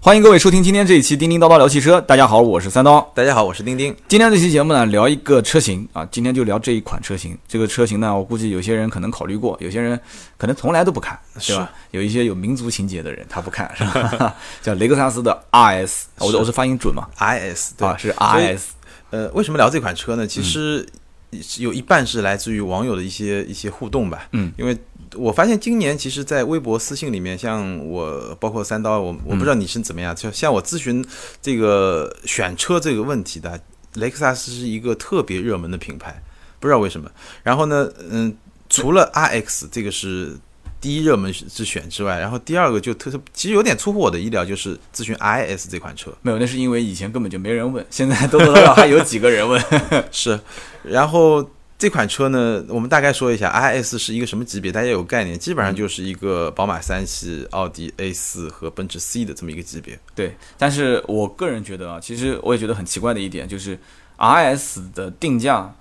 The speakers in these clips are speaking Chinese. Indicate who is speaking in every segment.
Speaker 1: 欢迎各位收听今天这一期《叮叮叨叨聊汽车》。大家好，我是三刀。
Speaker 2: 大家好，我是丁丁。
Speaker 1: 今天这期节目呢，聊一个车型啊，今天就聊这一款车型。这个车型呢，我估计有些人可能考虑过，有些人可能从来都不看，对吧？有一些有民族情节的人他不看，是吧？ 叫雷克萨斯的 RS，我我是发音准吗？
Speaker 2: IS 对
Speaker 1: 啊，是
Speaker 2: 所以
Speaker 1: RS，
Speaker 2: 呃，为什么聊这款车呢？其实有一半是来自于网友的一些一些互动吧。
Speaker 1: 嗯，
Speaker 2: 因为我发现今年其实，在微博私信里面，像我包括三刀，我我不知道你是怎么样，就像我咨询这个选车这个问题的，雷克萨斯是一个特别热门的品牌，不知道为什么。然后呢，嗯，除了 RX 这个是。第一热门之选之外，然后第二个就特特，其实有点出乎我的意料，就是咨询 IS 这款车。
Speaker 1: 没有，那是因为以前根本就没人问，现在多多少少还有几个人 问。
Speaker 2: 是，然后这款车呢，我们大概说一下，IS 是一个什么级别，大家有概念，基
Speaker 1: 嗯
Speaker 2: 本上就是一个宝马三系、奥迪 A 四和奔驰 C 的这么一个级别。
Speaker 1: 对，但是我个人觉得啊，其实我也觉得很奇怪的一点就是 RS 的定价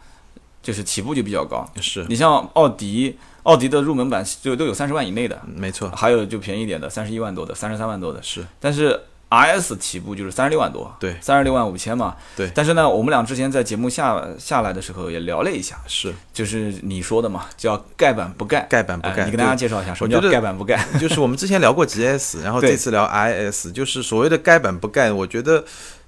Speaker 1: 就是起步就比较高，
Speaker 2: 是，
Speaker 1: 你像奥迪，奥迪的入门版就都有三十万以内的，
Speaker 2: 嗯没错，
Speaker 1: 还有就便宜一点的三十一万多的、三十三万多的，
Speaker 2: 是
Speaker 1: 但是 RS 起步就是三十六万多，
Speaker 2: 对
Speaker 1: 三十六万五千嘛，
Speaker 2: 对
Speaker 1: 但是呢，我们俩之前在节目下下来的时候也聊了一下，
Speaker 2: 是，
Speaker 1: 就是你说的嘛，叫盖板不盖，
Speaker 2: 盖板不
Speaker 1: 哎
Speaker 2: 盖
Speaker 1: 你跟大家
Speaker 2: 对
Speaker 1: 介绍一下什
Speaker 2: 我
Speaker 1: 么
Speaker 2: 觉
Speaker 1: 叫
Speaker 2: 得
Speaker 1: 盖板不盖？
Speaker 2: 就是我们之前聊过 GS，然后
Speaker 1: 对
Speaker 2: 这次聊 IS，就是所谓的该板不盖，我觉得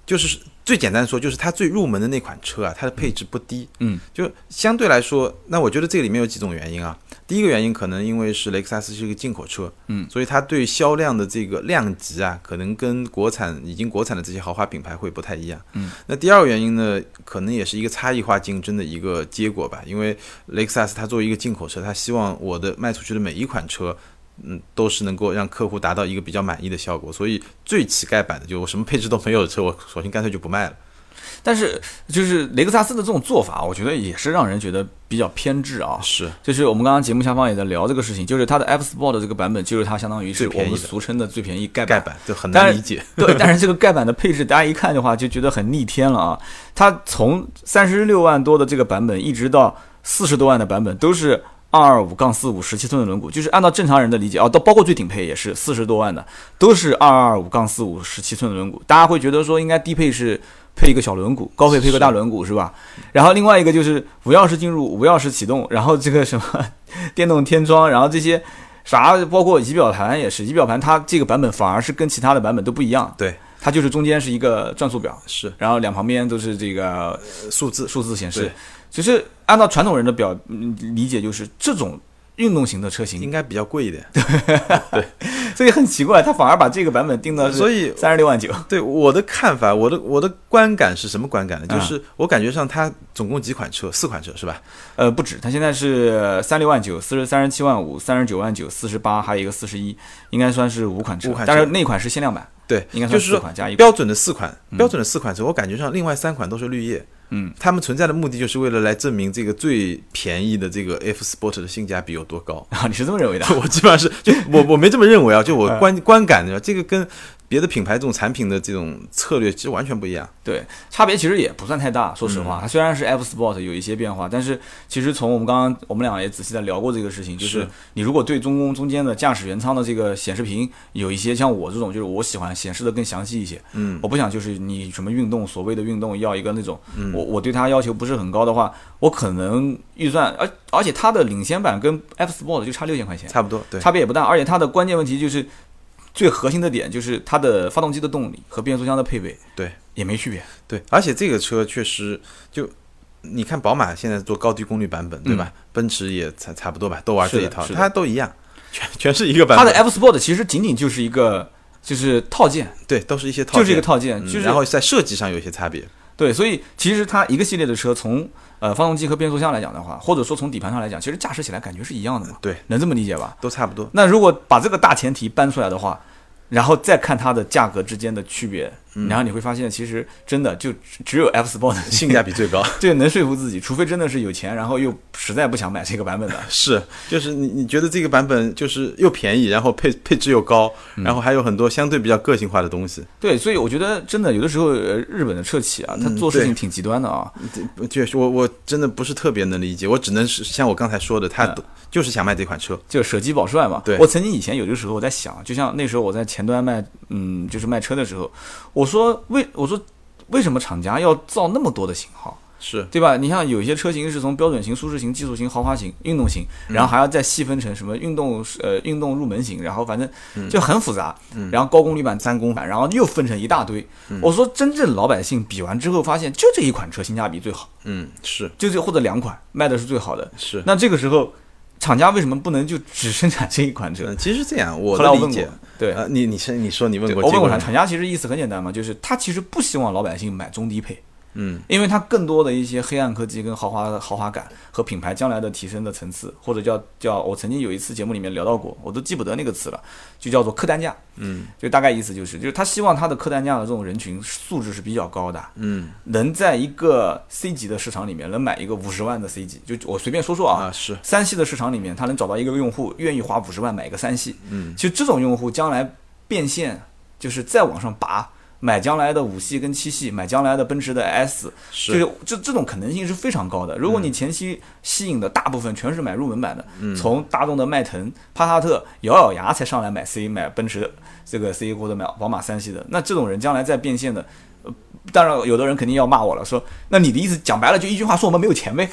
Speaker 2: 就是最简单说，就是它最入门的那款车啊，它的配置不低，
Speaker 1: 嗯，
Speaker 2: 就相对来说，那我觉得这里面有几种原因啊。第一个原因可能因为是雷克萨斯是一个进口车，
Speaker 1: 嗯，
Speaker 2: 所以它对销量的这个量级啊，可能跟国产已经国产的这些豪华品牌会不太一样，
Speaker 1: 嗯。
Speaker 2: 那第二个原因呢，可能也是一个差异化竞争的一个结果吧，因为雷克萨斯它作为一个进口车，它希望我的卖出去的每一款车。嗯，都是能够让客户达到一个比较满意的效果，所以最乞丐版的就我什么配置都没有的车，我索性干脆就不卖了。
Speaker 1: 但是就是雷克萨斯的这种做法，我觉得也是让人觉得比较偏执啊。
Speaker 2: 是
Speaker 1: 就是我们刚刚节目下方也在聊这个事情，就是它的 F Sport 的这个版本，就是它相当于是
Speaker 2: 最
Speaker 1: 我
Speaker 2: 便宜的
Speaker 1: 们俗称的最便宜盖
Speaker 2: 盖
Speaker 1: 板。
Speaker 2: 板就很
Speaker 1: 当
Speaker 2: 难
Speaker 1: 然
Speaker 2: 理解。
Speaker 1: 对，但是这个盖板的配置，大家一看的话就觉得很逆天了啊！它从三十六万多的这个版本，一直到四十多万的版本，都是二二五杠四五十七寸的轮毂，就是按照正常人的理解啊，到包括最顶配也是四十多万的，都是二二五杠四五十七寸的轮毂。大家会觉得说，应该低配是配一个小轮毂，高配配个大轮毂是吧？然后另外一个就是无钥匙进入、无钥匙启动，然后这个什么 电动天窗，然后这些。啥，包括仪表盘也是，仪表盘它这个版本反而是跟其他的版本都不一样，
Speaker 2: 对，
Speaker 1: 它就是中间是一个转速表，
Speaker 2: 是
Speaker 1: 然后两旁边都是这个呃
Speaker 2: 数字
Speaker 1: 数字显示
Speaker 2: 对。
Speaker 1: 其实按照传统人的表嗯理解，就是这种运动型的车型
Speaker 2: 应，该比较贵 一点。
Speaker 1: 所以很奇怪，他反而把这个版本定的
Speaker 2: 嗯所以
Speaker 1: 三十六万九。
Speaker 2: 对我的看法，我的我的观感是什么观感呢？
Speaker 1: 嗯
Speaker 2: 就是我感觉上它总共几款车，四款车是吧？
Speaker 1: 呃，不止，它现在是三六万九、四十三十七万五、三十九万九、四十八，还有一个四十一，应该算是五款车
Speaker 2: 五。款车
Speaker 1: 但是那款是限量版，
Speaker 2: 对，
Speaker 1: 应该
Speaker 2: 就
Speaker 1: 算
Speaker 2: 是
Speaker 1: 四
Speaker 2: 说
Speaker 1: 款加一款。
Speaker 2: 标准的四款，标准的四款车，我感觉上另外三款都是绿叶。
Speaker 1: 嗯，
Speaker 2: 他们存在的目的就是为了来证明这个最便宜的这个 F Sport 的性价比有多高。
Speaker 1: 啊，你是这么认为的？
Speaker 2: 我基本上是就我我没这么认为啊，就我观观感的，这个跟别的品牌这种产品的这种策略其实完全不一样。
Speaker 1: 对，差别其实也不算太大。说实
Speaker 2: 嗯
Speaker 1: 话，它虽然是 F Sport 有一些变化，但是其实从我们刚刚我们俩也仔细的聊过这个事情，就是
Speaker 2: 是
Speaker 1: 你如果对中控中间的驾驶员舱的这个显示屏有一些像我这种，就是我喜欢显示的更详细一些。
Speaker 2: 嗯，
Speaker 1: 我不想就是你什么运动，所谓的运动要一个那种，
Speaker 2: 嗯
Speaker 1: 我我对它要求不是很高的话，我可能预算，而而且它的领先版跟 F Sport 就差六千块钱，
Speaker 2: 差不多，对，
Speaker 1: 差别也不大。而且它的关键问题就是最核心的点就是它的发动机的动力和变速箱的配备
Speaker 2: 对。
Speaker 1: 也没区别。
Speaker 2: 对，而且这个车确实就。你看，宝马现在做高低功率版本，对吧？奔驰也差差不多吧，都玩这
Speaker 1: 是
Speaker 2: 一
Speaker 1: 的
Speaker 2: 套，
Speaker 1: 是的
Speaker 2: 它都一样，全全是一个版
Speaker 1: 它
Speaker 2: 本。
Speaker 1: 的 F Sport 其实仅仅就是一个就是套件，
Speaker 2: 对，都是一些套件，
Speaker 1: 就是一个套件，
Speaker 2: 嗯
Speaker 1: 就是
Speaker 2: 然后在设计上有一些差别，
Speaker 1: 对，所以其实它一个系列的车从呃发动机和变速箱来讲的话，或者说从底盘上来讲，其实驾驶起来感觉是一样的嘛，
Speaker 2: 对，
Speaker 1: 能这么理解吧？
Speaker 2: 都差不多。
Speaker 1: 那如果把这个大前提搬出来的话，然后再看它的价格之间的区别，
Speaker 2: 嗯
Speaker 1: 然后你会发现其实真的就只只有 F Sport
Speaker 2: 性价比最高
Speaker 1: 这个能说服自己，除非真的是有钱，然后又实在不想买这个版本的，
Speaker 2: 是，就是你你觉得这个版本就是又便宜，然后配配置又高，然后还有很多相对比较个性化的东西。
Speaker 1: 对，所以我觉得真的有的时候，呃，日本的车企啊，他做事
Speaker 2: 嗯对
Speaker 1: 情挺极端的啊，
Speaker 2: 这确实，我我真的不是特别能理解，我只能是像我刚才说
Speaker 1: 嗯
Speaker 2: 的，他都就是想卖这款车。
Speaker 1: 就舍鸡保帅嘛。
Speaker 2: 对
Speaker 1: 我曾经以前有的时候我在想，就像那时候我在前前端卖，嗯，就是卖车的时候，我说为我说为什么厂家要造那么多的型号？
Speaker 2: 是
Speaker 1: 对吧？你像有一些车型是从标准型、舒适型、技术型、豪华型、运动型，然后还要再细分成什么运动呃运动入门型，然后反正就很复杂。然后高功率版、三公版，然后又分成一大堆。我说真正老百姓比完之后发现，就这一款车性价比最好，
Speaker 2: 嗯是
Speaker 1: 就这或者两款卖的是最好的。
Speaker 2: 是。
Speaker 1: 那这个时候，厂家为什么不能就只生产这一款车？
Speaker 2: 嗯，其实这样我
Speaker 1: 后来
Speaker 2: 的
Speaker 1: 我
Speaker 2: 理
Speaker 1: 问过
Speaker 2: 解，，
Speaker 1: 对，
Speaker 2: 呃，你你先你说你问
Speaker 1: 对
Speaker 2: 过，
Speaker 1: 我
Speaker 2: 结
Speaker 1: 问
Speaker 2: 果
Speaker 1: 过厂厂家，其实意思很简单嘛，就是他其实不希望老百姓买中低配，
Speaker 2: 嗯，
Speaker 1: 因为它更多的一些黑暗科技跟豪华豪华感和品牌将来的提升的层次，或者叫叫我曾经有一次节目里面聊到过，我都记不得那个词了，就叫做客单价，
Speaker 2: 嗯，
Speaker 1: 就大概意思就是，就是他希望他的客单价的这种人群素质是比较高的，
Speaker 2: 嗯
Speaker 1: 能在一个 C 级的市场里面能买一个五十万的 C 级，就我随便说说啊
Speaker 2: 啊，是
Speaker 1: 三系的市场里面，他能找到一个用户愿意花五十万买一个三系，
Speaker 2: 嗯，
Speaker 1: 其实这种用户将来变现就是再往上拔，买将来的五系跟七系，买将来的奔驰的 S，
Speaker 2: 是嗯
Speaker 1: 就是这这种可能性是非常高的。如果你前期吸引的大部分全是买入门版的，
Speaker 2: 嗯
Speaker 1: 从大众的迈腾、帕萨特咬咬牙才上来买 C 买奔驰的这个 C 或者买宝马三系的，那这种人将来再变现的。呃当然，有的人肯定要骂我了，说那你的意思讲白了就一句话，说我们没有钱呗。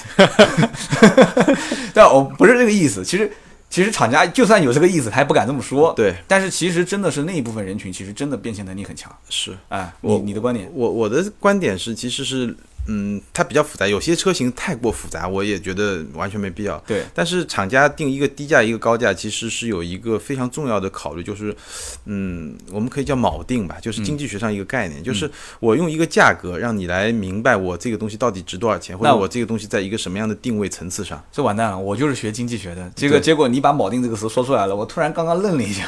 Speaker 1: 但我不是这个意思，其实其实厂家就算有这个意思，他也不敢这么说。
Speaker 2: 对
Speaker 1: 但是其实真的是那一部分人群，其实真的变现能力很强。
Speaker 2: 是。
Speaker 1: 哎，你
Speaker 2: 我
Speaker 1: 你的观点？
Speaker 2: 我我的观点是，其实是，嗯，它比较复杂，有些车型太过复杂，我也觉得完全没必要。
Speaker 1: 对，
Speaker 2: 但是厂家定一个低价一个高价，其实是有一个非常重要的考虑，就是，嗯，我们可以叫锚定吧，就是经济学上一个概
Speaker 1: 嗯
Speaker 2: 念，就是我用一个价格让你来明白我这个东西到底值多少钱，或
Speaker 1: 那
Speaker 2: 者
Speaker 1: 我
Speaker 2: 我这个东西在一个什么样的定位层次上。
Speaker 1: 这完蛋了，我就是学经济学的，结果
Speaker 2: 对
Speaker 1: 结果你把“锚定”这个词说出来了，我突然刚刚愣了一下。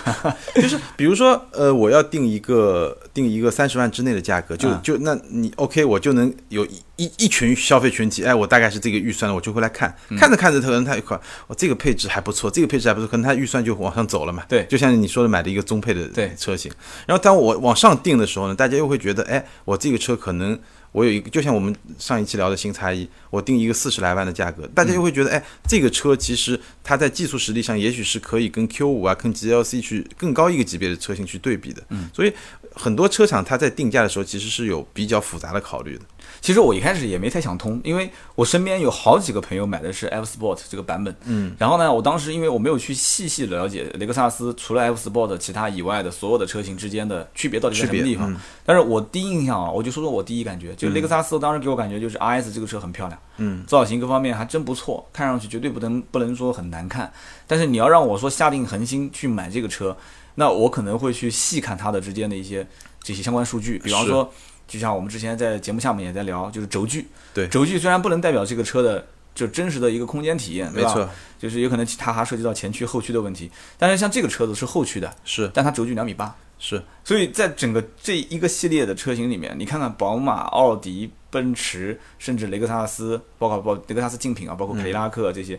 Speaker 2: 就是比如说，呃，我要定一个定一个三十万之内的价格，就
Speaker 1: 嗯
Speaker 2: 就那你 OK，我就能有一一一群消费群体，哎，我大概是这个预算了，我就会来看，
Speaker 1: 嗯
Speaker 2: 看着看着，可能他一块，我这个配置还不错，这个配置还不错，可能他预算就往上走了嘛。
Speaker 1: 对
Speaker 2: 就像你说的，买了一个中配
Speaker 1: 对
Speaker 2: 的车型，然后当我往上定的时候呢，大家又会觉得，哎，我这个车可能。我有一个，就像我们上一期聊的新差异，我定一个四十来万的价格，大家又会觉得，哎，这个车其实它在技术实力上，也许是可以跟 Q 五啊、跟 GLC 去更高一个级别的车型去对比的。嗯，所以很多车厂它在定价的时候，其实是有比较复杂的考虑的。
Speaker 1: 其实我一开始也没太想通，因为我身边有好几个朋友买的是 F Sport 这个版本，嗯，然后呢，我当时因为我没有去细细了解雷克萨斯除了 F Sport 其他以外的所有的车型之间的区别到底在什么地方，但是我第一印象啊，我就说说我第一感觉，就雷克萨斯当时给我感觉就是 R S 这个车很漂亮，嗯，造型各方面还真不错，看上去绝对不能不能说很难看，但是你要让我说下定恒心去买这个车，那我可能会去细看它的之间的一些这些相关数据，比方
Speaker 2: 是
Speaker 1: 说。就像我们之前在节目下面也在聊，就是轴距。
Speaker 2: 对
Speaker 1: 轴距虽然不能代表这个车的就真实的一个空间体验，对
Speaker 2: 没
Speaker 1: 吧
Speaker 2: 错，，
Speaker 1: 就是有可能它还涉及到前驱后驱的问题。但是像这个车子是后驱的，
Speaker 2: 是
Speaker 1: 但它轴距两米八，
Speaker 2: 是，
Speaker 1: 所以在整个这一个系列的车型里面，你看看宝马、奥迪、奔驰，甚至雷克萨斯，包括包雷克萨斯竞品啊，包括
Speaker 2: 嗯
Speaker 1: 凯迪拉克这些，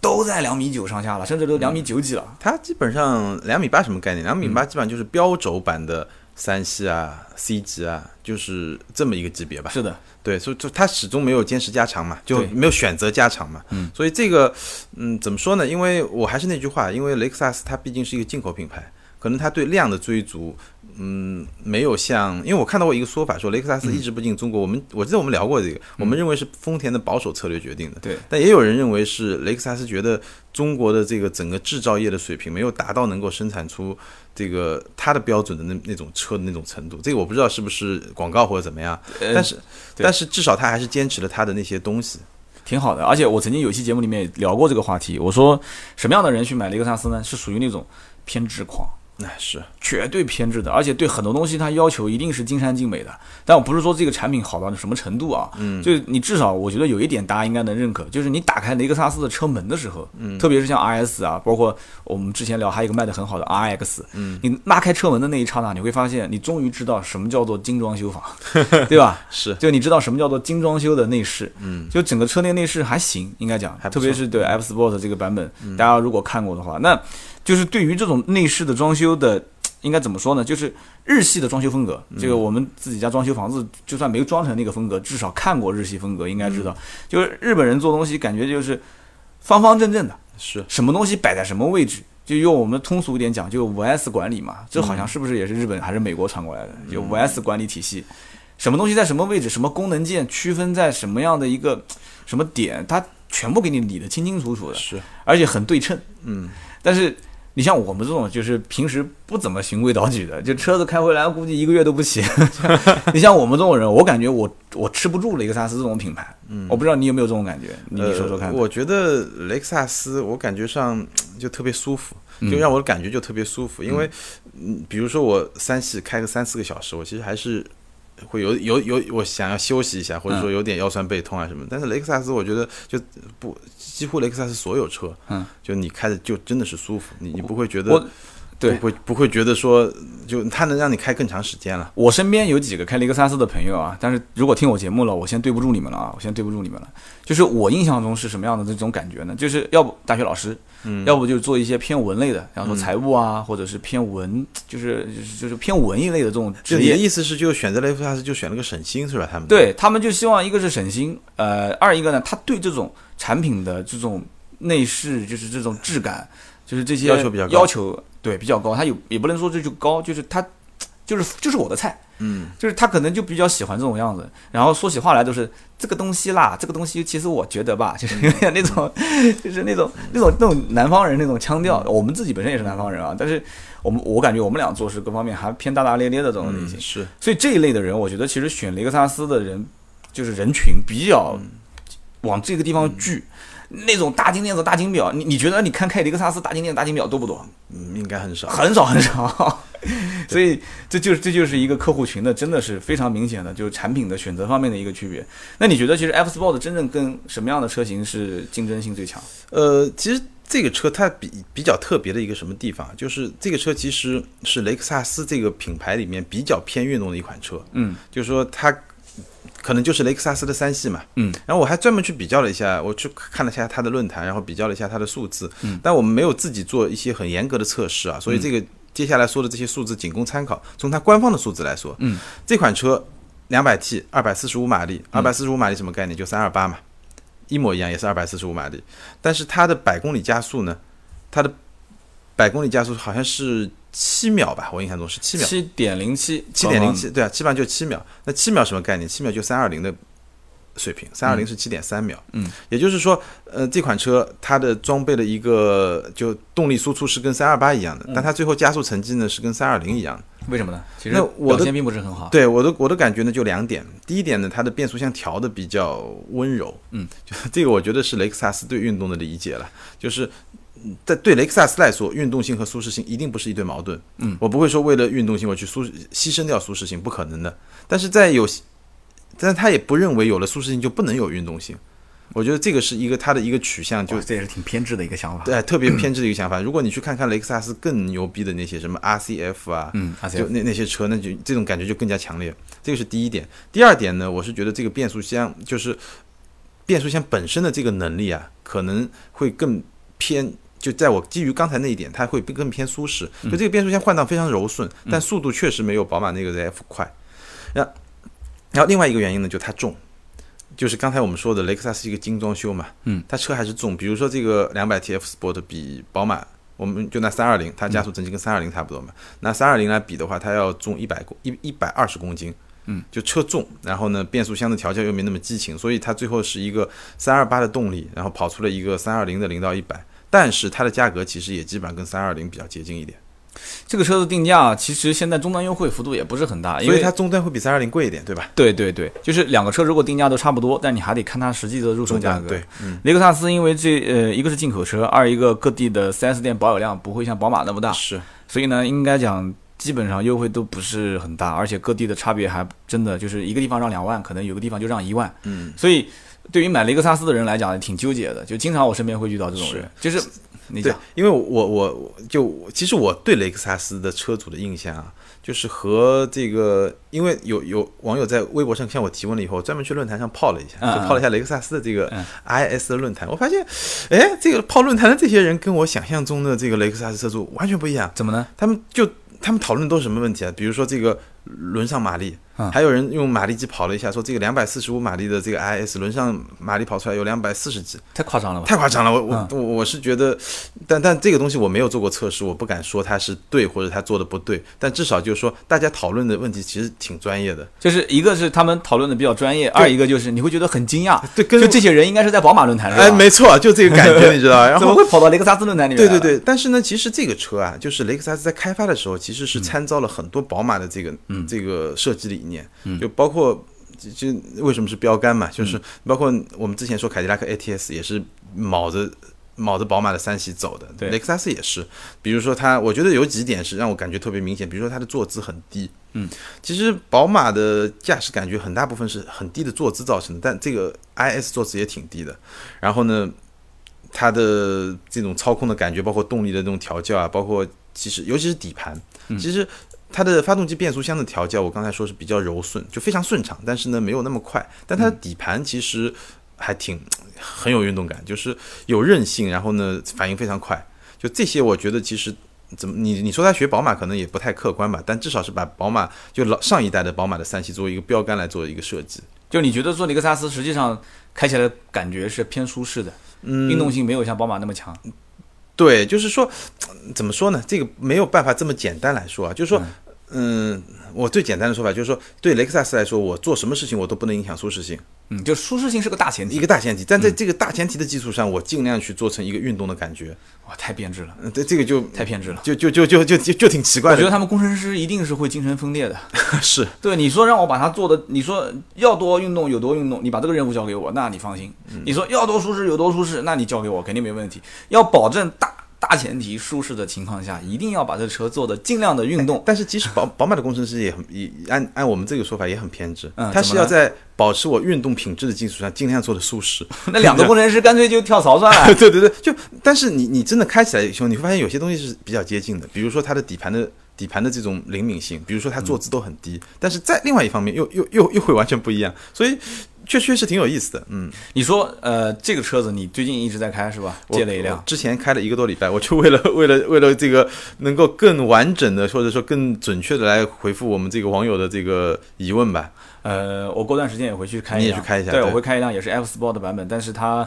Speaker 1: 都在两米九上下了，甚至都两米九几了。
Speaker 2: 它基本上两米八什么概念？两米八基本上就是标轴版的三系啊、C 级啊，就是这么一个级别吧。
Speaker 1: 是的，
Speaker 2: 对，所以就他始终没有坚持加长嘛，就
Speaker 1: 对
Speaker 2: 没有选择加长嘛。
Speaker 1: 嗯，
Speaker 2: 所以这个，嗯，怎么说呢？因为我还是那句话，因为雷克萨斯它毕竟是一个进口品牌，可能它对量的追逐，嗯，没有像，因为我看到过一个说法，说雷克
Speaker 1: 嗯
Speaker 2: 萨斯一直不进中国。我们我记得我们聊过这个，我们认为是丰田的保守策略决定的。
Speaker 1: 对，
Speaker 2: 但也有人认为是雷克萨斯觉得中国的这个整个制造业的水平没有达到能够生产出这个它的标准的那那种车的那种程度，这个我不知道是不是广告或者怎么样，
Speaker 1: 呃
Speaker 2: 但是
Speaker 1: 对
Speaker 2: 但是至少他还是坚持了他的那些东西。
Speaker 1: 挺好的。而且我曾经有一期节目里面也聊过这个话题，我说什么样的人去买雷克萨斯呢？是属于那种偏执狂。
Speaker 2: 那哎是
Speaker 1: 绝对偏执的，而且对很多东西它要求一定是尽善尽美的。但我不是说这个产品好到什么程度啊，嗯，就是你至少我觉得有一点大家应该能认可，嗯就是你打开雷克萨斯的车门的时候，嗯，特别是像 RS 啊，包括我们之前聊还有一个卖的很好的 RX，嗯，你拉开车门的那一刹那，你会发现你终于知道什么叫做精装修房， 对吧？
Speaker 2: 是
Speaker 1: 就你知道什么叫做精装修的内饰，嗯，就整个车内内饰还行，应该讲，
Speaker 2: 还不
Speaker 1: 特
Speaker 2: 错嗯
Speaker 1: 别是对 F Sport 这个版本，大家如果看过的话，那就是对于这种内饰的装修的，应该怎么说呢？就是日系的装修风格，
Speaker 2: 嗯
Speaker 1: 这个我们自己家装修房子，就算没装成那个风格，至少看过日系风格，应该知
Speaker 2: 嗯
Speaker 1: 道，就是日本人做东西感觉就是方方正正的，
Speaker 2: 是
Speaker 1: 什么东西摆在什么位置。就用我们通俗一点讲，就五 S 管理
Speaker 2: 嗯
Speaker 1: 嘛，这好像是不是也是日本还是美国传过来的？就五 S 管理体系，什么东西在什么位置，什么功能键区分在什么样的一个什么点，它全部给你理得清清楚楚的，
Speaker 2: 是，
Speaker 1: 而且很对称。
Speaker 2: 嗯，
Speaker 1: 但是你像我们这种就是平时不怎么循规蹈矩 的，就车子开回来估计一个月都不骑。你像我们这种人，我感觉我我吃不住雷克萨斯这种品牌。嗯，我不知道你有没有这种感觉，你你说说看。
Speaker 2: 呃。我觉得雷克萨斯，我感觉上就特别舒服，
Speaker 1: 嗯
Speaker 2: 就让我感觉就特别舒服。因为，嗯，比如说我三系开个三四个小时，我其实还是会有有有我想要休息一下，或者
Speaker 1: 嗯
Speaker 2: 说有点腰酸背痛啊什么。但是雷克萨斯，我觉得就不几乎雷克萨斯所有车，
Speaker 1: 嗯，
Speaker 2: 就你开的就真的是舒服，你你不会觉
Speaker 1: 我
Speaker 2: 得。
Speaker 1: 对
Speaker 2: 不会不会觉得说，就它能让你开更长时间了。
Speaker 1: 我身边有几个开雷克萨斯的朋友啊，但是如果听我节目了，我先对不住你们了啊，我先对不住你们了。就是我印象中是什么样的这种感觉呢？就是要不大学老师，嗯，要不就是做一些偏文类的，然后说财务啊，或者是偏文，就是就是就是偏文艺类的这种职
Speaker 2: 就你
Speaker 1: 业
Speaker 2: 的。意思是，就选择雷克萨斯就选了个省心是吧？他们，
Speaker 1: 对他们就希望一个是省心，呃，二一个呢，他对这种产品的这种内饰，就是这种质感，就是这些
Speaker 2: 要求比较高
Speaker 1: 要求对比较高。他有也不能说这就高，就是他就是就是我的菜，
Speaker 2: 嗯，
Speaker 1: 就是他可能就比较喜欢这种样子。然后说起话来都是这个东西啦，这个东西其实我觉得吧，就是有点那种， 就是那种那种那种南方人那种腔调。我们自己本身也是南方人啊，但是我们我感觉我们俩做事各方面还偏大大咧咧的这种类型
Speaker 2: 嗯，。是，
Speaker 1: 所以这一类的人，我觉得其实选雷克萨斯的人，就是人群比较往这个地方聚。那种大金链子、大金表，你你觉得你看开雷克萨斯大金链子、大金表多不多？
Speaker 2: 嗯，应该很少。
Speaker 1: 很少很少。 所以这就是这就是一个客户群的，真的是非常明显的，就是产品的选择方面的一个区别。那你觉得其实 F Sport 真正跟什么样的车型是竞争性最强？
Speaker 2: 呃，其实这个车它比比较特别的一个什么地方，啊就是这个车其实是雷克萨斯这个品牌里面比较偏运动的一款车，
Speaker 1: 嗯
Speaker 2: 就是说它可能就是雷克萨斯的三系嘛。
Speaker 1: 嗯，
Speaker 2: 然后我还专门去比较了一下，我去看了一下它的论坛，然后比较了一下它的数字，
Speaker 1: 嗯
Speaker 2: 但我们没有自己做一些很严格的测试啊，所以这个接下来说的这些数字仅供参考。从它官方的数字来说，
Speaker 1: 嗯，
Speaker 2: 这款车两百 T，二百四十五马力，二百四十五马力什么概念？就三二八嘛，一模一样，也是二百四十五马力，但是它的百公里加速呢，它的百公里加速好像是七秒吧，我印象中是七秒。
Speaker 1: 七点零七，
Speaker 2: 七点零七，对啊，基本上就七秒。那七秒什么概念？七秒就三二零的水平，三二零是七点三秒。
Speaker 1: 嗯，
Speaker 2: 也就是说，呃，这款车它的装备的一个就动力输出是跟三二八一样的，但它最后加速成绩呢是跟三二零一样的。
Speaker 1: 为什么呢？其实
Speaker 2: 那我的
Speaker 1: 表现并不是很好。
Speaker 2: 对我的我的感觉呢就两点，第一点呢，它的变速箱调的比较温柔，
Speaker 1: 嗯，
Speaker 2: 就这个我觉得是雷克萨斯对运动的理解了，就是。嗯在对雷克萨斯来说，运动性和舒适性一定不是一对矛盾。
Speaker 1: 嗯，
Speaker 2: 我不会说为了运动性我去舒牺牲掉舒适性，不可能的。但是在有，但是他也不认为有了舒适性就不能有运动性。我觉得这个是一个他的一个取向，就
Speaker 1: 哇这也是挺偏执的一个想法。
Speaker 2: 对特别偏执的一个想法。如果你去看看雷克萨斯更牛逼的那些什么 RCF 啊，
Speaker 1: 嗯，而且
Speaker 2: 就那那些车，那就这种感觉就更加强烈。这个是第一点。第二点呢，我是觉得这个变速箱就是变速箱本身的这个能力啊，可能会更偏。就在我基于刚才那一点，它会更偏舒适。就这个变速箱换挡非常柔顺，但速度确实没有宝马那个 ZF 快。然然后另外一个原因呢，就它重，就是刚才我们说的雷克萨斯一个精装修嘛，
Speaker 1: 嗯，
Speaker 2: 它车还是重。比如说这个两百 TF Sport 比宝马，我们就拿三二零，它加速成绩跟三二零差不多嘛，拿三二零来比的话，它要重一百公一一百二十公斤，
Speaker 1: 嗯，
Speaker 2: 就车重，然后呢变速箱的调教又没那么激情，所以它最后是一个三二八的动力，然后跑出了一个三二零的零到一百，但是它的价格其实也基本上跟三二零比较接近一点，
Speaker 1: 这个车子定价其实现在终端优惠幅度也不是很啊大，因
Speaker 2: 所
Speaker 1: 为
Speaker 2: 以它终端会比三二零贵一点，对吧？
Speaker 1: 对对对，就是两个车如果定价都差不多，但你还得看它实际的入手
Speaker 2: 终
Speaker 1: 价
Speaker 2: 端
Speaker 1: 格。
Speaker 2: 对，，嗯，
Speaker 1: 雷克萨斯因为这呃一个是进口车，二一个各地的 4S 店保有量不会像宝马那么大，
Speaker 2: 是。
Speaker 1: 所以呢，应该讲基本上优惠都不是很大，而且各地的差别还真的就是一个地方让两万，可能有个地方就让一万，
Speaker 2: 嗯，
Speaker 1: 所以对于买雷克萨斯的人来讲挺纠结的，就经常我身边会遇到这种人，就是你
Speaker 2: 对
Speaker 1: 讲，
Speaker 2: 因为我我我就其实我对雷克萨斯的车主的印象啊，就是和这个，因为有有网友在微博上向我提问了以后，专门去论坛上泡了一下，
Speaker 1: 嗯
Speaker 2: 就泡了一下雷克萨斯的这个
Speaker 1: 嗯
Speaker 2: IS 的论坛，我发现，哎，这个泡论坛的这些人跟我想象中的这个雷克萨斯车主完全不一样，
Speaker 1: 怎么呢？
Speaker 2: 他们就他们讨论都是什么问题啊？比如说这个轮上马力
Speaker 1: 嗯，
Speaker 2: 还有人用马力机跑了一下，说这个两百四十五马力的这个 IS 轮上马力跑出来有两百四十几，
Speaker 1: 太夸张了吧？
Speaker 2: 太夸张了。我我我我是觉得，但但这个东西我没有做过测试，我不敢说它是对或者它做的不对，但至少就是说大家讨论的问题其实挺专业的。
Speaker 1: 就是一个是他们讨论的比较专业，二一个就是你会觉得很惊讶，
Speaker 2: 对，跟
Speaker 1: 就这些人应该是在宝马论坛上，
Speaker 2: 哎，没错，就这个感觉，你知 道吧？然
Speaker 1: 怎么
Speaker 2: 后
Speaker 1: 会跑到雷克萨斯论坛里面？
Speaker 2: 对对，对，但是呢，其实这个车啊，就是雷克萨斯在开发的时候，其实是参照了很多宝马的这个、
Speaker 1: 嗯
Speaker 2: 这个设计理念，就包括就就为什么是标杆
Speaker 1: 嗯
Speaker 2: 嘛，就是包括我们之前说凯迪拉克 ATS 也是卯着。卯着宝马的三系走的，
Speaker 1: 对
Speaker 2: 雷克萨斯也是。比如说它，我觉得有几点是让我感觉特别明显，比如说它的坐姿很低。
Speaker 1: 嗯，
Speaker 2: 其实宝马的驾驶感觉很大部分是很低的坐姿造成的，但这个 IS 坐姿也挺低的。然后呢，它的这种操控的感觉，包括动力的这种调教啊，包括其实尤其是底盘，其实它的发动机变速箱的调教，我刚才说是比较柔顺，就非常顺畅，但是呢没有那么快，但它的底盘其实还挺很有运动感，就是有韧性，然后呢反应非常快，就这些我觉得其实。怎么你你说他学宝马可能也不太客观吧，但至少是把宝马就老上一代的宝马的三系作为一个标杆来做一个设计。
Speaker 1: 就你觉得做雷克萨斯实际上开起来的感觉是偏舒适的，
Speaker 2: 嗯，
Speaker 1: 运动性没有像宝马那么强。
Speaker 2: 对，就是说，怎么说呢？这个没有办法这么简单来说啊。就是说，嗯，我最简单的说法就是说，对雷克萨斯来说，我做什么事情我都不能影响舒适性，
Speaker 1: 嗯，就舒适性是个大前
Speaker 2: 一
Speaker 1: 提。
Speaker 2: 个大前提。但
Speaker 1: 嗯
Speaker 2: 在这个大前提的基础上，我尽量去做成一个运动的感觉。
Speaker 1: 哇，太变质了，
Speaker 2: 嗯，这这个就
Speaker 1: 太偏执了。
Speaker 2: 就就就就就就就挺奇怪
Speaker 1: 我觉得
Speaker 2: 的，
Speaker 1: 他们工程师一定是会精神分裂的。
Speaker 2: 是
Speaker 1: 对，你说让我把它做的，你说要多运动有多运动，你把这个任务交给我，那你放心。
Speaker 2: 嗯
Speaker 1: 你说要多舒适有多舒适，那你交给我肯定没问题。要保证大大前提舒适的情况下，一定要把这车做的尽量的运 动。
Speaker 2: 但是其实宝宝马的工程师也很也按按我们这个说法也很偏执，
Speaker 1: 嗯
Speaker 2: 他
Speaker 1: 怎
Speaker 2: 是
Speaker 1: 么
Speaker 2: 要
Speaker 1: 了
Speaker 2: 在保持我运动品质的基础上，尽量做的 舒适。
Speaker 1: 那两个工程师干脆就跳槽算了。
Speaker 2: 对对对，就但是你你真的开起来以后，你会发现有些东西是比较接近的，比如说它的底盘的底盘的这种灵敏性，比如说它坐姿都很低，但是在另外一方面又又又又会完全不一样，所以确确实挺有意思的。嗯，
Speaker 1: 你说，呃，这个车子你最近一直在开是吧？
Speaker 2: 我
Speaker 1: 借了一辆
Speaker 2: 我，之前开了一个多礼拜，我就为了 为了为了这个能够更完整的或者说更准确的来回复我们这个网友的这个疑问吧。
Speaker 1: 呃，我过段时间也回去开
Speaker 2: 你
Speaker 1: 一
Speaker 2: 也
Speaker 1: 辆，
Speaker 2: 去开一下
Speaker 1: 对，
Speaker 2: 对
Speaker 1: 我会开一辆也是 F Sport 的版本，但是它，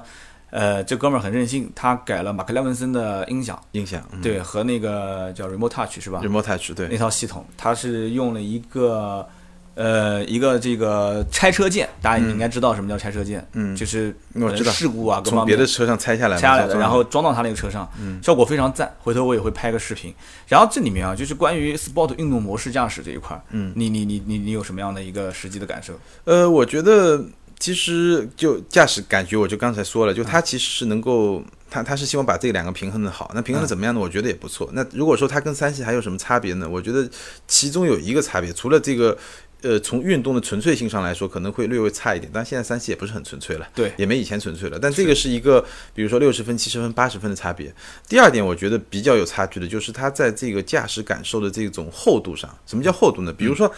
Speaker 1: 呃，这哥们儿很任性，他改了马克莱文森的音响，
Speaker 2: 音响，嗯、
Speaker 1: 对，和那个叫 Remote Touch 是吧？
Speaker 2: ，remote touch，对
Speaker 1: 那，套系统，它是用了一个呃一个这个拆车键，大家应该知道什么叫拆车键，
Speaker 2: 嗯
Speaker 1: 就是
Speaker 2: 我知道
Speaker 1: 呃事故啊各
Speaker 2: 从
Speaker 1: 方
Speaker 2: 别
Speaker 1: 面
Speaker 2: 的车上拆下来嘛，嗯
Speaker 1: 拆下来的，
Speaker 2: 装
Speaker 1: 然后装到他那个车上，效果非常赞。回头我也会拍个视频。然后这里面啊，就是关于 Sport 运动模式驾驶这一块，嗯，你你你你你有什么样的一个实际的感受？
Speaker 2: 呃，我觉得其实就驾驶感觉，我就刚才说了，就它其实是能够，它它是希望把这两个平衡的好。那平衡的怎么样呢？我觉得也不错。那如果说它跟三系还有什么差别呢？我觉得其中有一个差别，除了这个。呃，从运动的纯粹性上来说，可能会略微差一点，但现在三系也不是很纯粹了，
Speaker 1: 对
Speaker 2: 也没以前纯粹了。但这个是一个，比如说六十分、七十分、八十分的差别。第二点，我觉得比较有差距的就是它在这个驾驶感受的这种厚度上。什么叫厚
Speaker 1: 嗯
Speaker 2: 度呢？比如说，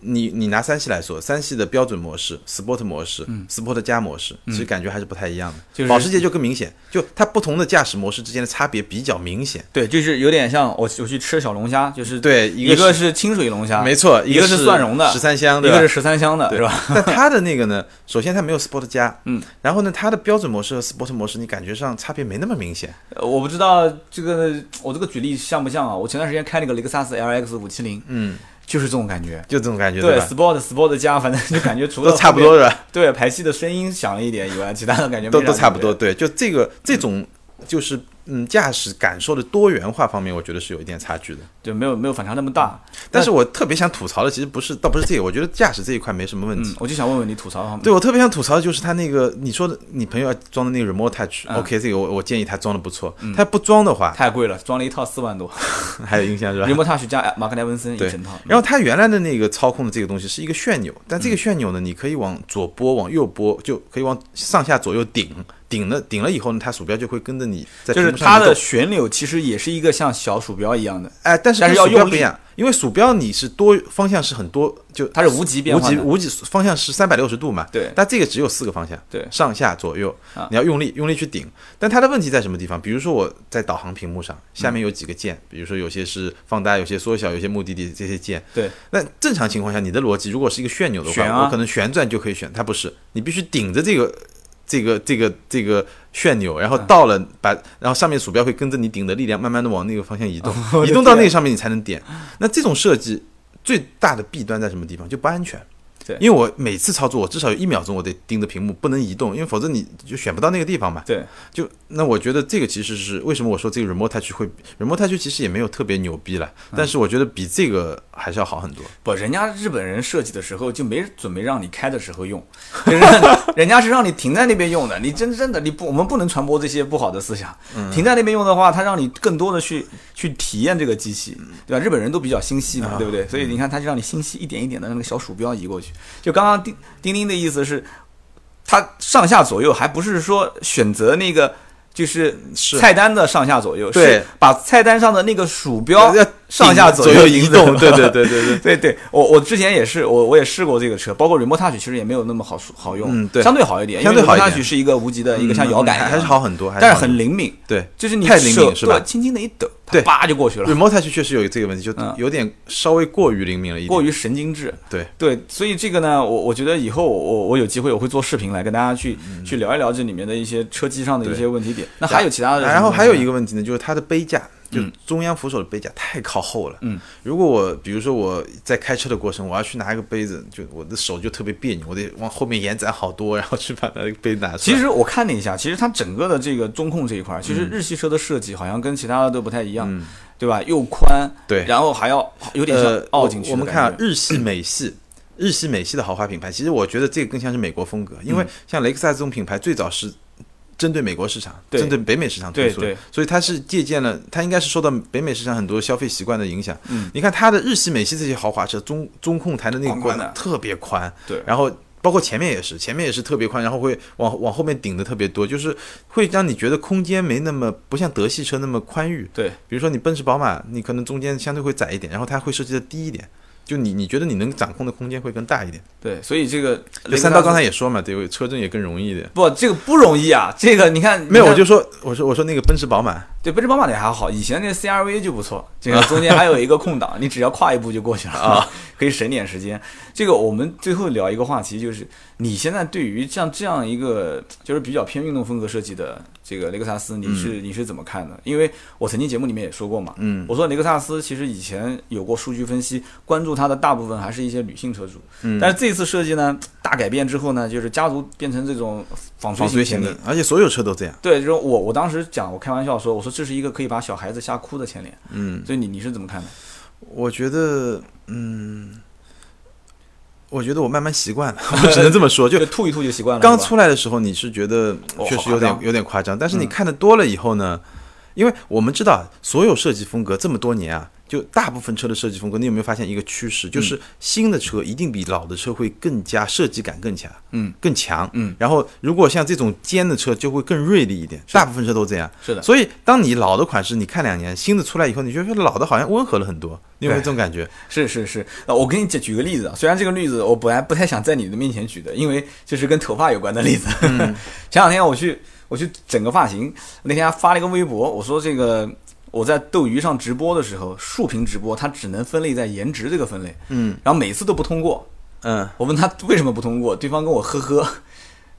Speaker 2: 你你拿三系来说，三系的标准模式、Sport 模式、Sport 加模式，其实感觉还是不太一样的。
Speaker 1: 嗯就是
Speaker 2: 保时捷就更明显，就它不同的驾驶模式之间的差别比较明显。
Speaker 1: 对，就是有点像我我去吃小龙虾，就是
Speaker 2: 对一
Speaker 1: 一
Speaker 2: 个
Speaker 1: 个是清水龙虾，
Speaker 2: 没错，
Speaker 1: 一
Speaker 2: 个
Speaker 1: 个是蒜蓉的
Speaker 2: 十三香，
Speaker 1: 一
Speaker 2: 对吧
Speaker 1: 个是十三香的，
Speaker 2: 对
Speaker 1: 是吧？
Speaker 2: 但它的 那个呢，首先它没有 Sport 加，
Speaker 1: 嗯，
Speaker 2: 然后呢，它的标准模式和 Sport 模式，你感觉上差别没那么明显。
Speaker 1: 呃我不知道这个我这个举例像不像啊？我前段时间开那个雷克萨斯 LX 五七零，
Speaker 2: 嗯，
Speaker 1: 就是这种感觉。
Speaker 2: 就这种感觉，
Speaker 1: 对
Speaker 2: 吧？
Speaker 1: ，Sport Sport 加，反正就感觉除了
Speaker 2: 都差
Speaker 1: 后
Speaker 2: 不
Speaker 1: 面
Speaker 2: 多是吧？
Speaker 1: 对排气的声音响了一点以外，其他的感觉没嗯
Speaker 2: 都
Speaker 1: 啥
Speaker 2: 都差
Speaker 1: 感
Speaker 2: 不
Speaker 1: 觉
Speaker 2: 多，。对，就这个这种就是嗯驾驶感受的多元化方面，我觉得是有一点差距的。
Speaker 1: 对，没有没有反差那么大。
Speaker 2: 但是我特别想吐槽的，其实不是，倒不是这个，我觉得驾驶这一块没什么问题。
Speaker 1: 嗯，我就想问问你吐槽方面。
Speaker 2: 对，我特别想吐槽的就是它那个你说的，你朋友要装的那个 remote touch，OK，、OK，这个
Speaker 1: 嗯
Speaker 2: 我我建议他装的不错。他不装的话，
Speaker 1: 太贵了，装了一套四 万多
Speaker 2: 还有印象是吧？
Speaker 1: ，remote touch 加马克莱文森一
Speaker 2: 对
Speaker 1: 整套。
Speaker 2: 然后它原来的那个操控的这个东西是一个旋钮，但
Speaker 1: 嗯
Speaker 2: 这个旋钮呢，你可以往左拨，往右拨，就可以往上下左右顶，顶了顶了以后呢，它鼠标就会跟着你在
Speaker 1: 就是
Speaker 2: 平不上
Speaker 1: 它
Speaker 2: 一
Speaker 1: 的
Speaker 2: 斗
Speaker 1: 旋钮其实也是一个像小鼠标一样的，
Speaker 2: 哎，但是
Speaker 1: 但
Speaker 2: 跟
Speaker 1: 是
Speaker 2: 鼠
Speaker 1: 要
Speaker 2: 标
Speaker 1: 用
Speaker 2: 不一
Speaker 1: 力
Speaker 2: 样，因为鼠标你是多方向是很多，就
Speaker 1: 它是无极变
Speaker 2: 无
Speaker 1: 换
Speaker 2: 极
Speaker 1: 的。
Speaker 2: 无极方向是三百六十度嘛，
Speaker 1: 对
Speaker 2: 但这个只有四个方向，
Speaker 1: 对
Speaker 2: 上下左右
Speaker 1: 啊，
Speaker 2: 你要用力用力去顶。但它的问题在什么地方？比如说我在导航屏幕上，下
Speaker 1: 嗯
Speaker 2: 面有几个键，比如说有些是放大，有些缩小，有些目的地这些键。
Speaker 1: 对，
Speaker 2: 那正常情况下，你的逻辑如果是一个旋钮的话，
Speaker 1: 旋啊
Speaker 2: 我可能旋转就可以选，它不是，你必须顶着这个。这个这个这个旋钮，然后到了把，然后上面鼠标会跟着你顶的力量，慢慢的往那个方向移动， 移动到那个上面你才能点。
Speaker 1: 啊
Speaker 2: 那这种设计最大的弊端在什么地方？就不安全。
Speaker 1: 对
Speaker 2: 因为我每次操作，我至少有一秒钟我得盯着屏幕，不能移动，因为否则你就选不到那个地方嘛。
Speaker 1: 对，
Speaker 2: 就那我觉得这个其实是为什么我说这个 remote touch 会 remote touch 其实也没有特别牛逼了，
Speaker 1: 嗯
Speaker 2: 但是我觉得比这个还是要好很多。
Speaker 1: 不，人家日本人设计的时候就没准备让你开的时候用， 人家人家是让你停在那边用的。你真正的你不，我们不能传播这些不好的思想。
Speaker 2: 嗯
Speaker 1: 停在那边用的话，它让你更多的去去体验这个机器，对吧？日本人都比较心细
Speaker 2: 啊
Speaker 1: 嘛，对不
Speaker 2: 嗯
Speaker 1: 对？所以你看，他就让你心细一点一点的那个小鼠标移过去。就刚刚丁丁丁的意思是，它上下左右还不是说选择那个。就是
Speaker 2: 是
Speaker 1: 菜单的上下左右，
Speaker 2: 对
Speaker 1: 是把菜单上的那个鼠标
Speaker 2: 要
Speaker 1: 上下
Speaker 2: 左
Speaker 1: 右
Speaker 2: 移动，对 对
Speaker 1: 对。
Speaker 2: 对对对。
Speaker 1: 对对，我我之前也是，我我也试过这个车，包括 Remote Touch 其实也没有那么好好用，
Speaker 2: 嗯对
Speaker 1: 相对好一点，
Speaker 2: 相对好一
Speaker 1: Remote
Speaker 2: 点嗯
Speaker 1: Touch 是一个无极的一个像摇杆一样
Speaker 2: 还是好很多，还
Speaker 1: 但是
Speaker 2: 好很
Speaker 1: 很灵敏，
Speaker 2: 对
Speaker 1: 就是你
Speaker 2: 太灵敏
Speaker 1: 手
Speaker 2: 是吧
Speaker 1: 对轻轻的一抖，它
Speaker 2: 对
Speaker 1: 叭就过去了，
Speaker 2: remote touch 确实有这个问题，就
Speaker 1: 嗯
Speaker 2: 有点稍微过于灵敏了一点。
Speaker 1: 过于神经质。
Speaker 2: 对，
Speaker 1: 对，所以这个呢，我我觉得以后我我我有机会我会做视频来跟大家去、
Speaker 2: 嗯
Speaker 1: 去聊一聊这里面的一些车机上的一些问题点。那还有其他的什么东西呢？
Speaker 2: 然后还有一
Speaker 1: 个
Speaker 2: 个问题呢，就是它的杯架，就中央扶手的杯架太靠后了。
Speaker 1: 嗯，
Speaker 2: 如果我比如说我在开车的过程，我要去拿一个杯子，就我的手就特别别扭，我得往后面延展好多，然后去把那个杯拿出来。
Speaker 1: 其实我看了一下，其实它整个的这个中控这一块儿，其
Speaker 2: 嗯
Speaker 1: 实日系车的设计好像跟其他的都不太一样，对吧？又宽，
Speaker 2: 对
Speaker 1: 然后还要有点像
Speaker 2: 呃，
Speaker 1: 凹
Speaker 2: 我
Speaker 1: 进去
Speaker 2: 我
Speaker 1: 的
Speaker 2: 们
Speaker 1: 感
Speaker 2: 看啊
Speaker 1: 觉，嗯
Speaker 2: 日系、美系。日系、美系的豪华品牌，其实我觉得这个更像是美国风格，
Speaker 1: 嗯
Speaker 2: 因为像雷克萨斯这种品牌最早是针对美国市场、
Speaker 1: 对
Speaker 2: 针对北美市场推出的
Speaker 1: 对对，
Speaker 2: 所以它是借鉴了，它应该是受到北美市场很多消费习惯的影响。
Speaker 1: 嗯
Speaker 2: 你看它的日系、美系这些豪华车，中中控台的那个
Speaker 1: 宽
Speaker 2: 管
Speaker 1: 宽的
Speaker 2: 特别宽，
Speaker 1: 啊对
Speaker 2: 然后包括前面也是，前面也是特别宽，然后会往往后面顶的特别多，就是会让你觉得空间没那么不像德系车那么宽裕。
Speaker 1: 对
Speaker 2: 比如说你奔驰、宝马，你可能中间相对会窄一点，然后它会设计的低一点，就你你觉得你能掌控的空间会更大一点。
Speaker 1: 对，所以这个
Speaker 2: 就
Speaker 1: 雷克萨
Speaker 2: 三刀
Speaker 1: 斯
Speaker 2: 刚才也说嘛，对，车震也更容易一点。
Speaker 1: 不这个不容易啊，这个你看
Speaker 2: 没有，
Speaker 1: 你看
Speaker 2: 我就说，我说我说那个奔驰、宝马，
Speaker 1: 对奔驰宝马的还好，以前那 CRV 就不错，这个中间还有一个空档，你只要跨一步就过去了啊， 可以省点时间。这个我们最后聊一个话题，就是你现在对于像这样一个就是比较偏运动风格设计的这个雷克萨斯，你是、你是怎么看的？因为我曾经节目里面也说过嘛，
Speaker 2: 嗯，
Speaker 1: 我说雷克萨斯其实以前有过数据分析，关注它的大部分还是一些女性车主，
Speaker 2: 嗯
Speaker 1: 但是这次设计呢大改变之后呢，就是家族变成这种纺
Speaker 2: 防
Speaker 1: 锤
Speaker 2: 水
Speaker 1: 型
Speaker 2: 型
Speaker 1: 前
Speaker 2: 的
Speaker 1: 脸。，
Speaker 2: 而且所有车都这样。
Speaker 1: 对，就是我我当时讲，我开玩笑说，我说这是一个可以把小孩子吓哭的前脸，
Speaker 2: 嗯，
Speaker 1: 所以你你是怎么看的？
Speaker 2: 我觉得，嗯，我觉得我慢慢习惯了，我只能这么说，就
Speaker 1: 就吐一吐就习惯了。
Speaker 2: 刚
Speaker 1: 是吧
Speaker 2: 出来的时候，你是觉得
Speaker 1: 哦
Speaker 2: 确实
Speaker 1: 好夸
Speaker 2: 有点
Speaker 1: 张嗯
Speaker 2: 有点夸张，但是你看的多了以后呢，因为我们知道所有设计风格这么多年啊，就大部分车的设计风格，你有没有发现一个趋
Speaker 1: 嗯
Speaker 2: 势，就是新的车一定比老的车会更加设计感更强，
Speaker 1: 嗯，
Speaker 2: 更强，
Speaker 1: 嗯，
Speaker 2: 然后如果像这种尖的车就会更锐利一点，大部分车都这样，
Speaker 1: 是的，
Speaker 2: 所以当你老的款式你看两年，新的出来以后，你就觉得老的好像温和了很多，你有没有这种感觉？
Speaker 1: 是是是，呃，我给你举举个例子啊，虽然这个例子我本来不太想在你的面前举的，因为这是跟头发有关的例子。
Speaker 2: 嗯
Speaker 1: 前两天我去我去整个发型，那天还发了一个微博，我说这个我在斗鱼上直播的时候，竖屏直播它只能分类在颜值这个分类，
Speaker 2: 嗯
Speaker 1: 然后每次都不通过。
Speaker 2: 嗯，
Speaker 1: 我问他为什么不通过，对方跟我呵呵，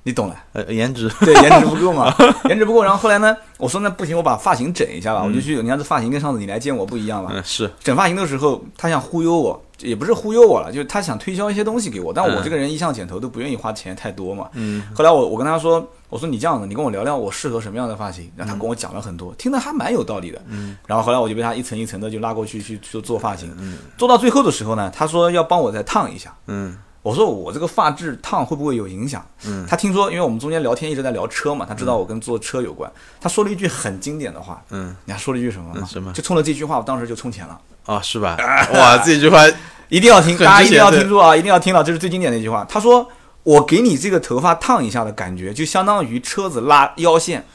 Speaker 1: 你懂了。
Speaker 2: 呃，颜值，
Speaker 1: 对，颜值不够嘛，颜值不够。然后后来呢，我说那不行，我把发型整一下吧，我就去，你看这发型跟上次你来见我不一样吧。
Speaker 2: 嗯是，
Speaker 1: 整发型的时候，他想忽悠我，也不是忽悠我了，就是他想推销一些东西给我。但我
Speaker 2: 嗯
Speaker 1: 这个人一向剪头都不愿意花钱太多嘛。
Speaker 2: 嗯
Speaker 1: 后来我我跟他说，我说你这样子，你跟我聊聊我适合什么样的发型。然后他跟我讲了很多，听得还蛮有道理的。
Speaker 2: 嗯
Speaker 1: 然后后来我就被他一层一层的就拉过去去去做发型，做到最后的时候呢，他说要帮我再烫一下。
Speaker 2: 嗯
Speaker 1: 我说我这个发质烫会不会有影响？嗯，他听说，因为我们中间聊天一直在聊车嘛，他知道我跟做车有关，他说了一句很经典的话，
Speaker 2: 嗯。
Speaker 1: 你还说了一句什么吗？
Speaker 2: 嗯什么
Speaker 1: 就冲着这句话，我当时就充钱了，
Speaker 2: 啊、是吧？哇，这句话
Speaker 1: 一定要听，
Speaker 2: 很
Speaker 1: 大家
Speaker 2: 值
Speaker 1: 一定要
Speaker 2: 钱
Speaker 1: 听住啊，一定要听到，这是最经典的一句话。他说我给你 这个头发烫一下的感觉，就相当于车子拉腰线。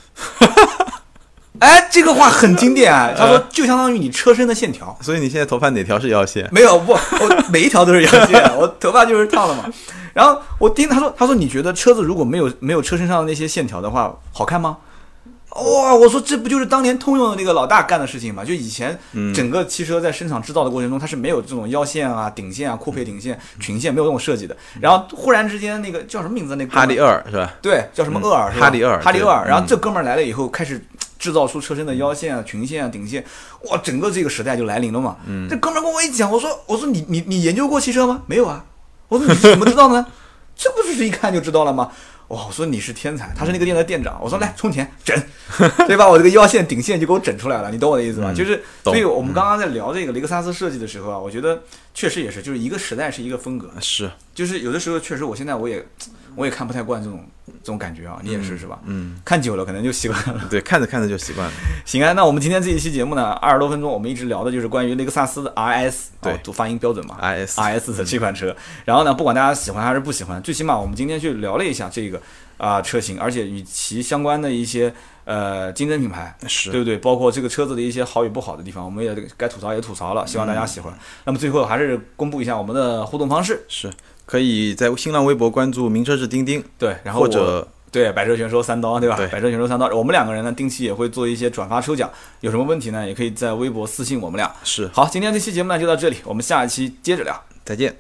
Speaker 1: 哎，这个话很经典啊。他说就相当于你车身的线条，
Speaker 2: 所以你现在头发哪条是腰线？
Speaker 1: 没有不，我每一条都是阳线， 我头发就是烫了嘛。然后我听他说，他说你觉得车子如果没有没有车身上的那些线条的话，好看吗？哇、我说这不就是当年通用的那个老大干的事情吗？就以前整个汽车在生产制造的过程中，它是没有这种腰线啊、顶线啊、酷配顶线、裙线没有这种设计的。然后忽然之间，那个叫什么名字？那个
Speaker 2: 哈迪二是吧？
Speaker 1: 对，叫什么厄尔、
Speaker 2: 嗯
Speaker 1: 是吧
Speaker 2: 哈利厄尔
Speaker 1: 哈利厄尔。
Speaker 2: 对
Speaker 1: 然后这哥们儿来了以后，开始制造出车身的腰线啊、裙线啊、顶线，哇，整个这个时代就来临了嘛。
Speaker 2: 嗯
Speaker 1: 这哥们儿跟我一讲，我说我说你你你研究过汽车吗？没有啊。我说你怎么知道呢？这不就是一看就知道了吗？哇！我说你是天才，他是那个店的店长。我说来充钱 整，对吧？我这个腰线顶线就给我整出来了，你懂我的意思吧？就是，
Speaker 2: 嗯懂
Speaker 1: 所以我们刚刚在聊这个雷克萨斯设计的时候啊，我觉得确实也是，就是一个时代是一个风格，
Speaker 2: 是，
Speaker 1: 就是有的时候确实，我现在我也我也看不太惯这种这种感觉啊，你也是是吧？
Speaker 2: 嗯，
Speaker 1: 看久了可能就习惯了。
Speaker 2: 对，看着看着就习惯了。
Speaker 1: 行啊，那我们今天这一期节目呢，二十多分钟，我们一直聊的就是关于雷克萨斯的 RS，
Speaker 2: 对啊嗯
Speaker 1: 哦读发音标准嘛
Speaker 2: RS
Speaker 1: RS 的这款车。然后呢，不管大家喜欢还是不喜欢，最起码我们今天去聊了一下这个啊、车型，而且与其相关的一些呃竞争品牌，
Speaker 2: 是
Speaker 1: 对不对？包括这个车子的一些好与不好的地方，我们也该吐槽也吐槽了，希望大家喜
Speaker 2: 嗯
Speaker 1: 欢。那么最后还是公布一下我们的互动方式，
Speaker 2: 是，可以在新浪微博关注“名车志钉钉
Speaker 1: 对，”，然后
Speaker 2: 或
Speaker 1: 我
Speaker 2: 者
Speaker 1: 对，百车全说三刀，对吧？
Speaker 2: 对
Speaker 1: 百车全说三刀，我们两个人呢，定期也会做一些转发抽奖，有什么问题呢，也可以在微博私信我们俩。
Speaker 2: 是，
Speaker 1: 好，今天这期节目呢就到这里，我们下一期接着聊。
Speaker 2: 再见。